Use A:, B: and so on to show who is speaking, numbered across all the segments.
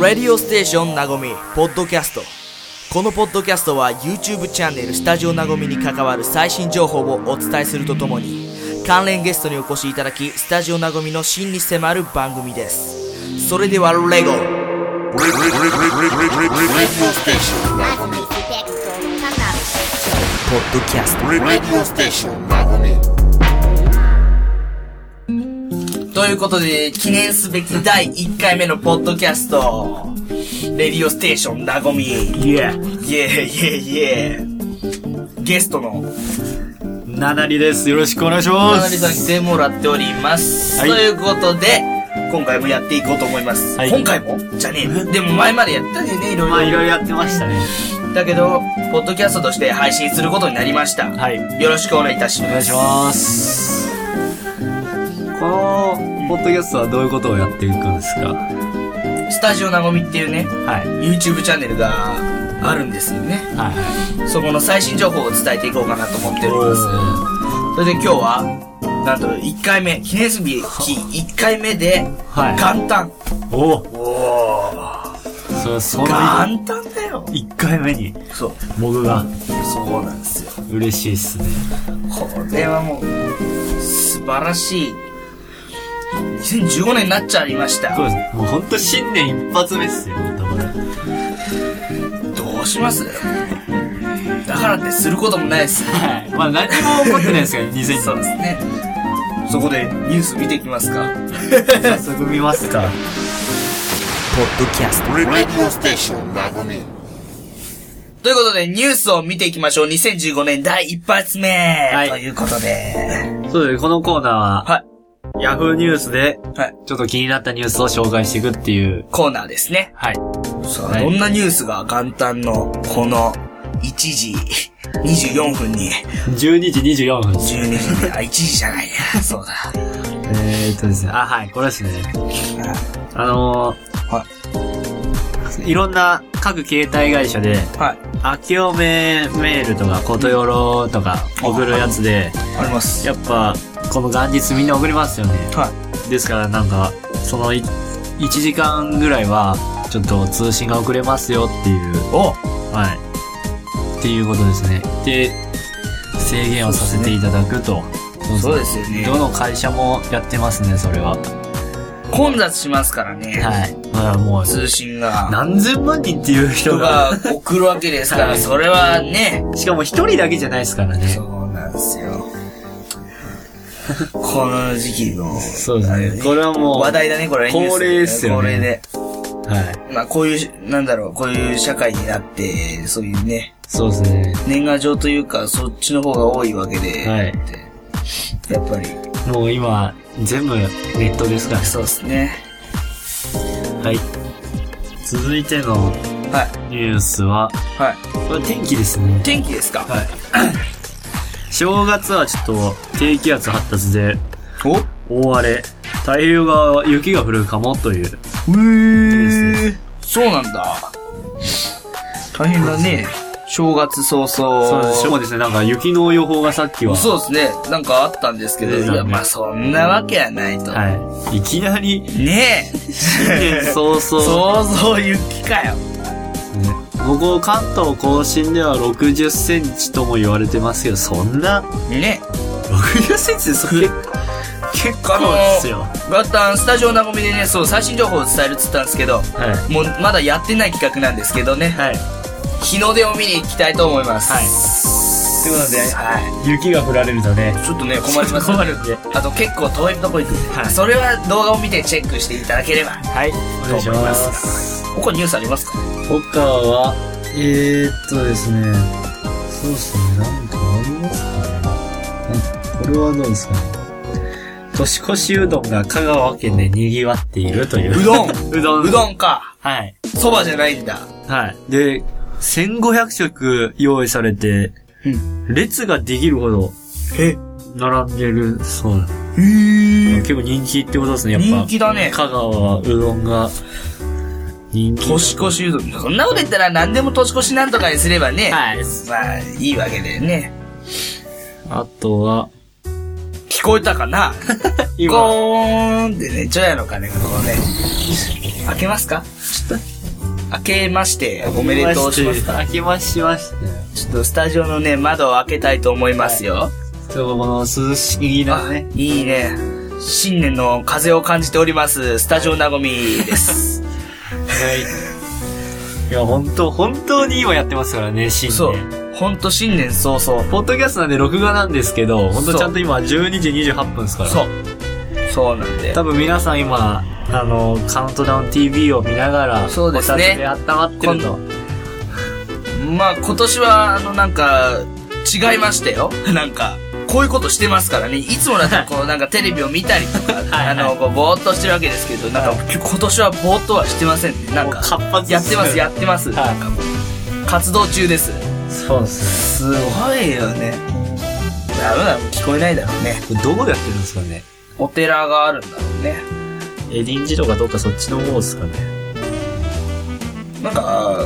A: ラディオステーションなごみポッドキャストこのポッドキャストは YouTube チャンネルスタジオなごみに関わる最新情報をお伝えするとともに関連ゲストにお越しいただきスタジオなごみの真に迫る番組ですそれではレゴ
B: Radio
C: Station.
B: Nagumi. Kanabe.
A: ポッドキャス
C: Radio Station Nagumi.
A: トということで記念すべき第1回目のポッドキャストレディオステーションなごみイエイエイイエイゲストの
D: ナナリです。よろしくお願いしま
A: かなり
D: す。
A: さん来てもらっております、
D: はい
A: ということで今回もやっていこうと思います、
D: はい
A: 今回もじゃねえでも前までやったよねいろいろ、
D: まあいろいろやってましたね。
A: だけどポッドキャストとして配信することになりました、
D: はい
A: よろしくお願いいたし
D: お
A: ま
D: 願い
A: す
D: します。このポッドキャストはどういうことをやっていくんですかは
A: スタジオなごみっていうね
D: い。はい
A: YouTube チャンネルがあるんですよね
D: はい。
A: そこの最新情報を伝えていこうかなと思っておりますそれで今日はなんと1回目記念すべき1回目で
D: はい
A: 元旦、
D: お
A: おお
D: それその
A: 元旦だよ
D: 1回目に
A: そう
D: 僕が
A: そうなんですよ
D: 嬉しいっすね。
A: これはもう素晴らしい2015年になっちゃいました
D: そうです。もうほんと新年一発目っすよ、だから。
A: どうしますだからってすることもないです
D: はい。まあ何も起こってないですから、2000
A: そうですねそこでニュース見ていきますか
D: 早速見ますか。
A: ポッドキャスト
C: Radio Station Nagumi.
A: ということでニュースを見ていきましょう2015年第一発目、
D: い
A: ということで
D: そうですね、このコーナーは、、
A: はい
D: ヤフーニュースで、
A: はい
D: ちょっと気になったニュースを紹介していくっていう、
A: コーナーですね
D: はい。
A: さあ、
D: はい
A: どんなニュースが元旦のこの1時24分に
D: 12時24分。
A: 12時にあ、1時じゃないや。そうだ。
D: えー、っとですね、あ、はい、これですね。あのー、。
A: はい
D: いろんな各携帯会社で、
A: はい。
D: 明けおめメールとか、ことよろとか送るやつで、
A: あります。
D: やっぱ、この元日みんな送りますよね。
A: は
D: ですからなんか、そのい1時間ぐらいは、ちょっと通信が遅れますよっていう、
A: い。お
D: はい。っていうことですね。で、制限をさせていただくと。
A: そう
D: す。
A: ですよね。
D: どの会社もやってますね、それは。
A: 混雑しますからね。
D: はい。だからもう、
A: 通信が。
D: 何千万人っていう人
A: 人
D: が、
A: が送るわけですから、
D: はい
A: それはね。
D: しかも一人だけじゃないですからね。
A: うなんですよ。 この時期の。
D: そうですねこれはもう
A: 話題だね、これ。
D: 恒例ですよね
A: 恒例で。
D: はい。
A: まあ、こういう、なんだろう、こういう社会になって、そういうね、
D: そうですね。
A: 年賀状というか、そっちの方が多いわけで。
D: はい
A: でやっぱり。
D: もう今、全部ネットですから。
A: そうですね。
D: はい。続いての
A: はい。
D: ニュースは、
A: はい。
D: これ天気ですね。
A: 天気ですか
D: はい。正月はちょっと低気圧発達で
A: お
D: 大荒れ。太平洋側は雪が降るかもという。
A: えー、そうなんだ。大変だね。正月早々。
D: そうですそうですね。なんか雪の予報がさっきは。
A: そうですね。なんかあったんですけど、
D: 出てた
A: い
D: ね
A: や、まあそんなわけはないと。
D: はい。いきなり、
A: ねえ。
D: 新 年早々。
A: 想像雪かよ。
D: ねここ関東甲信では60センチとも言われてますけど、そんな、
A: ね
D: 60センチでそれ結構
A: あの
D: ですよ。
A: え。ガッタン、スタジオなごみでね、そう、最新情報を伝えるっつったんですけど、
D: はい。
A: もうまだやってない企画なんですけどね、
D: はい。
A: 日の出を見に行きたいと思います。
D: はい
A: ということで、は
D: 雪が降られるとね。
A: い。ちょっとね、困りますよね
D: 困るんで。
A: あと結構遠いとこ行くんで、
D: はい
A: それは動画を見てチェックしていただければ。
D: はい。お願いします。
A: ここニュースありますか
D: 他は、えー、っとですね、そうですね、なんかありますかね。これはどうですかね。年越しうどんが香川県で賑わっているという。
A: うどん
D: うどん
A: うどんか。
D: はい。
A: そばじゃないんだ。
D: はい。で、1500食用意されて、
A: うん。
D: 列ができるほど
A: え、
D: 並んでるそうなんです
A: へー。
D: 結構人気ってことですね、やっぱ。
A: 人気だね。
D: 香川はうどんが人気。
A: 年越しうどん。そんなこと言ったら何でも年越しなんとかにすればね。
D: はい。
A: まあ、いいわけだよね。
D: あとは、
A: 聞こえたかな
D: 今
A: ゴーンってね、ちょやの鐘がこうね、
E: 開けますかちょっと。開けまして、おめでとうしますか。
D: 開けましましたよ。
E: ちょっとスタジオのね、窓を開けたいと思いますよ。
D: 今日もこの涼しげな
E: あ
D: ね、
E: いいね。新年の風を感じております、スタジオなごみです。
D: はい。いや、本当本当に今やってますからね、新
E: そう
D: 年。。
E: ほんと新年早々。
D: ポッドキャストなんで録画なんですけど、本
E: そ
D: 当
E: う
D: ちゃんと今12時28分ですから。
E: そう。そうなんで。
D: 多分皆さん今、あの、カウントダウン TV を見ながら、
E: そうですね
D: こたつで温まってると。
E: まあ今年は、あのなんか、違いましたよ。 なんか、こういうことしてますからね。いつもだったらこうなんかテレビを見たりとか、
D: いはい
E: あの、こうぼーっとしてるわけですけど、なんか今年はぼーっとはしてませんね。なん
D: も
E: か
D: う、活発
E: やってます、やってます。
D: はい
E: なんかもう、活動中です。
D: そうです
E: すごいよね。ダメだ、聞こえないだろうね。
D: ね。どこでやってるんですかね
E: お寺があるんだろうね。
D: え、臨時とかどっかそっちの方ですかね
E: なんか、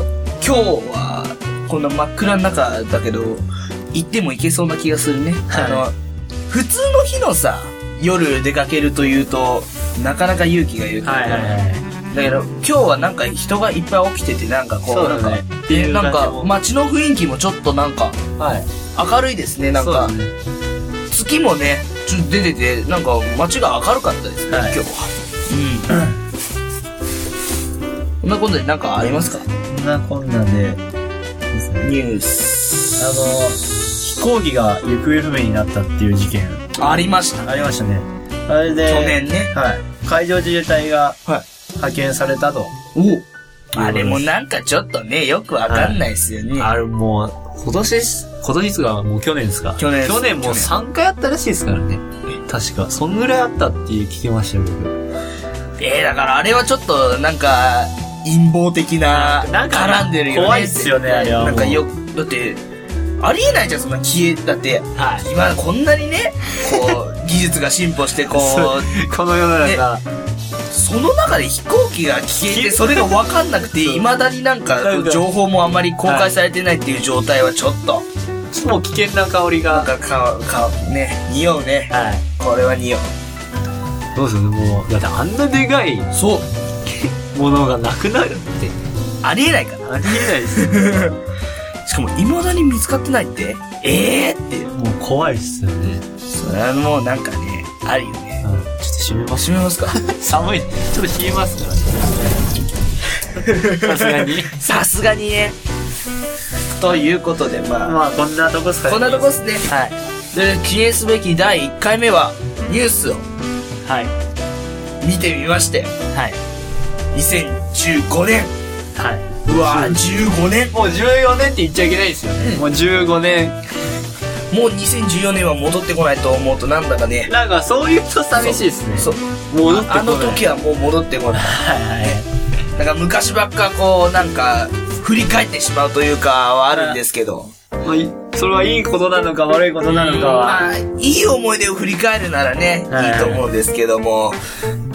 E: 今日は、こんな真っ暗の中だけど、行っても行けそうな気がするね。
D: はい
E: あの、普通の日のさ、夜出かけるというと、なかなか勇気がいるとうか
D: はいはいはい。
E: だけど、今日はなんか人がいっぱい起きてて、なんかこう、
D: そう
E: な
D: だ
E: ん
D: ね
E: か、
D: って
E: え
D: いう
E: な
D: 感
E: ん
D: じも
E: か、街の雰囲気もちょっとなんか、
D: はい。
E: 明るいですね、なんか
D: そう。ですね
E: 月もね、ちょっと出てて、なんか街が明るかったですね、
D: はい
E: 今日は。 うん。こんなことでなんかありますか
D: こんなこんなで、ですね。
E: ニュース。
D: あの、飛行機が行方不明になったっていう事件。
E: ありました。
D: ありましたね。あれで、
E: 去年ね。
D: はい。海上自衛隊が
E: はい。
D: 派遣されたと。
E: おあれもなんかちょっとね、よくわかんないですよね。
D: あれもう、今年っす、今年っつうかもう去年ですか
E: 去年です
D: 去年もう
E: 去年
D: 3回あったらしいですからね。確か。そんぐらいあったっていう聞きましたよ、僕。
E: えー、だからあれはちょっと、なんか、陰謀的な、
D: なんか
E: 絡んでるよね。
D: 怖いっすよねあれはもう
E: なんかよ、だって、ありえないじゃん、そんな消え、だって、
D: は。
E: 今こんなにね、こう、技術が進歩して、こう、
D: この世の中、
E: その中で飛行機が消えて、それが分 かんなくて、
D: そう
E: いまだになんか
D: なん、か
E: 情報もあんまり公開されてないっていう状態はちょっと、
D: もう危険な香り
E: なん
D: が。
E: か、か、か、ね、匂うね。
D: はい。
E: これは匂う。
D: そうですよね、もう。だってあんなでかい
E: そう。
D: ものがなくなるって。
E: ありえないから。
D: ありえないですよ。
E: しかも、未だに見つかってないって、ええー、って。
D: もう怖いっすよね。
E: それはもうなんかね、あるよね。
D: うん。ちょっと閉めま
E: 閉めますか
D: 寒い。ちょっと冷えますからね。さすがに。
E: さすがにね。ということで、ま あ、
D: まあ、こんなとこっすかね。
E: こんなとこっすね。
D: はい。
E: で、記念すべき第1回目は、ニュースを
D: はい。
E: 見てみまして、
D: はい。
E: 2015年。
D: はい。
E: うわぁ、15年
D: もう14年って言っちゃいけないですよね。 もう15年。
E: もう2014年は戻ってこないと思うとなんだかね。
D: なんか、そういうと寂しいですね。
E: そう。
D: 戻ってこない。
E: あの時はもう戻ってこない。
D: はいはい。
E: なんか昔ばっかこう、なんか、振り返ってしまうというかはあるんですけど。
D: まあい、それはいいことなのか悪いことなのかは。
E: まあ、いい思い出を振り返るならね、
D: はい
E: いいと思うんですけども、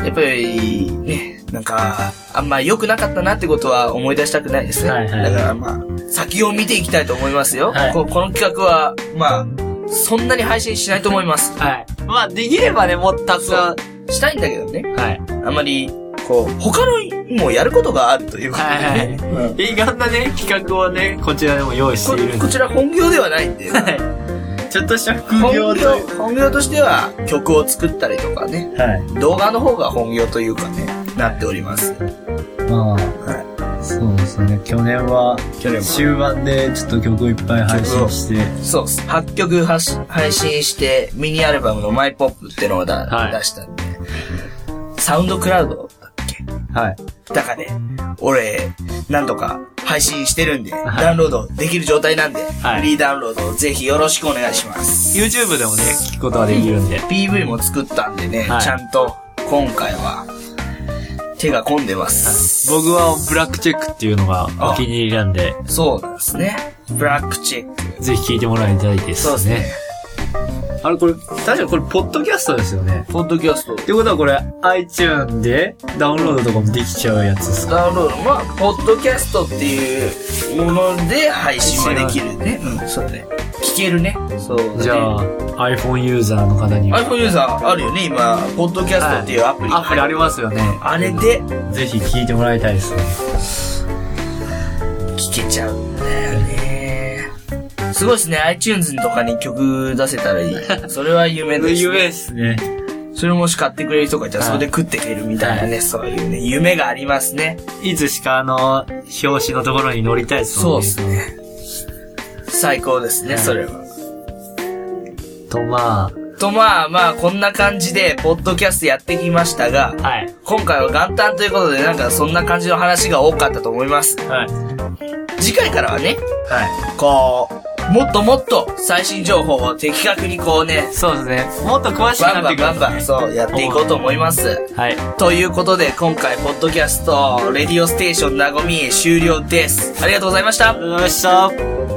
E: やっぱり、ね、なんか、あんま良くなかったなってことは思い出したくないですね。
D: はいはい
E: だからまあ、先を見ていきたいと思いますよ。
D: はい
E: ここの企画は、まあ、そんなに配信しないと思います。
D: はい。まあ、できればね、もうたくさん。
E: したいんだけどね。
D: はい。
E: あんまり、こう、他の、もうやることがあるということで
D: はいはい
E: ね。うん
D: いろんなね、企画をね、こちらでも用意しているんで。
E: ここちら本業ではないんで。
D: はい。ちょっとした副
E: 本
D: 業
E: 業
D: という。
E: 本業としては曲を作ったりとかね
D: はい。
E: 動画の方が本業というかねなっております
D: まあ、
E: い
D: そうですね。去年は、
E: 去年も
D: 終盤でちょっと曲をいっぱい配信して、
E: そうっす8曲はし配信してミニアルバムの「マイポップってのをだ、
D: はい
E: 出したんでサウンドクラウドだっ
D: はい。
E: けだからね俺なんとか配信してるんで、
D: はい
E: ダウンロードできる状態なんで、
D: はい
E: フリーダウンロードをぜひよろしくお願いします、
D: YouTube でもね、聞くことができるんで。
E: PV も作ったんでね、
D: はい
E: ちゃんと今回は手が込んでます、
D: 僕はブラックチェックっていうのがお気に入りなんで、
E: そうなんですね。ブラックチェック。
D: ぜひ聞いてもらいたいです
E: そうですね。
D: あれこれ、確かにこれ、ポッドキャストですよね。
E: ポッドキャスト
D: ってことはこれ、iTune でダウンロードとかもできちゃうやつですか
E: ダウンロードは、ポッドキャストっていうもので配信はできるね。うん、そうだね。聞消えるね。
D: そう、じゃあ、iPhone ユーザーの方には。
A: iPhone ユーザーあるよね、今、ポッドキャストっていうアプリ。
D: アプリありますよね。
A: あれで
D: ぜひ聞いてもらいたいですね。
A: 聞けちゃうんだよね。すごいですね、iTunes とかに曲出せた らいい。それは夢です、ね。
D: すね。
A: それもし買ってくれる人がいたら、それで食ってくれるみたいなね、そういうね、夢がありますね。
D: いつしかあの、表紙のところに乗りたいですもんね。
A: そう
D: ね。
A: 最高ですね、
D: はい
A: それは。
D: と、ま
A: と、まあまあ、こんな感じで、ポッドキャストやってきましたが、
D: あ、はい。
A: 今回は元旦ということで、なんかそんな感じの話が多かったと思います。
D: はい。
A: 次回からはね、
D: は
A: こう、もっともっと最新情報を的確にこうね
D: い。、そうですね。もっと詳しく
A: バン
D: なっ
A: バ
D: て
A: ン
D: くだ
A: バンバ
D: さい
A: ン、そう、やっていこうと思います。
D: はい。
A: ということで、今回、ポッドキャスト、レディオステーションなごみ終了です。ありがとうございました。
D: ありがとうございました。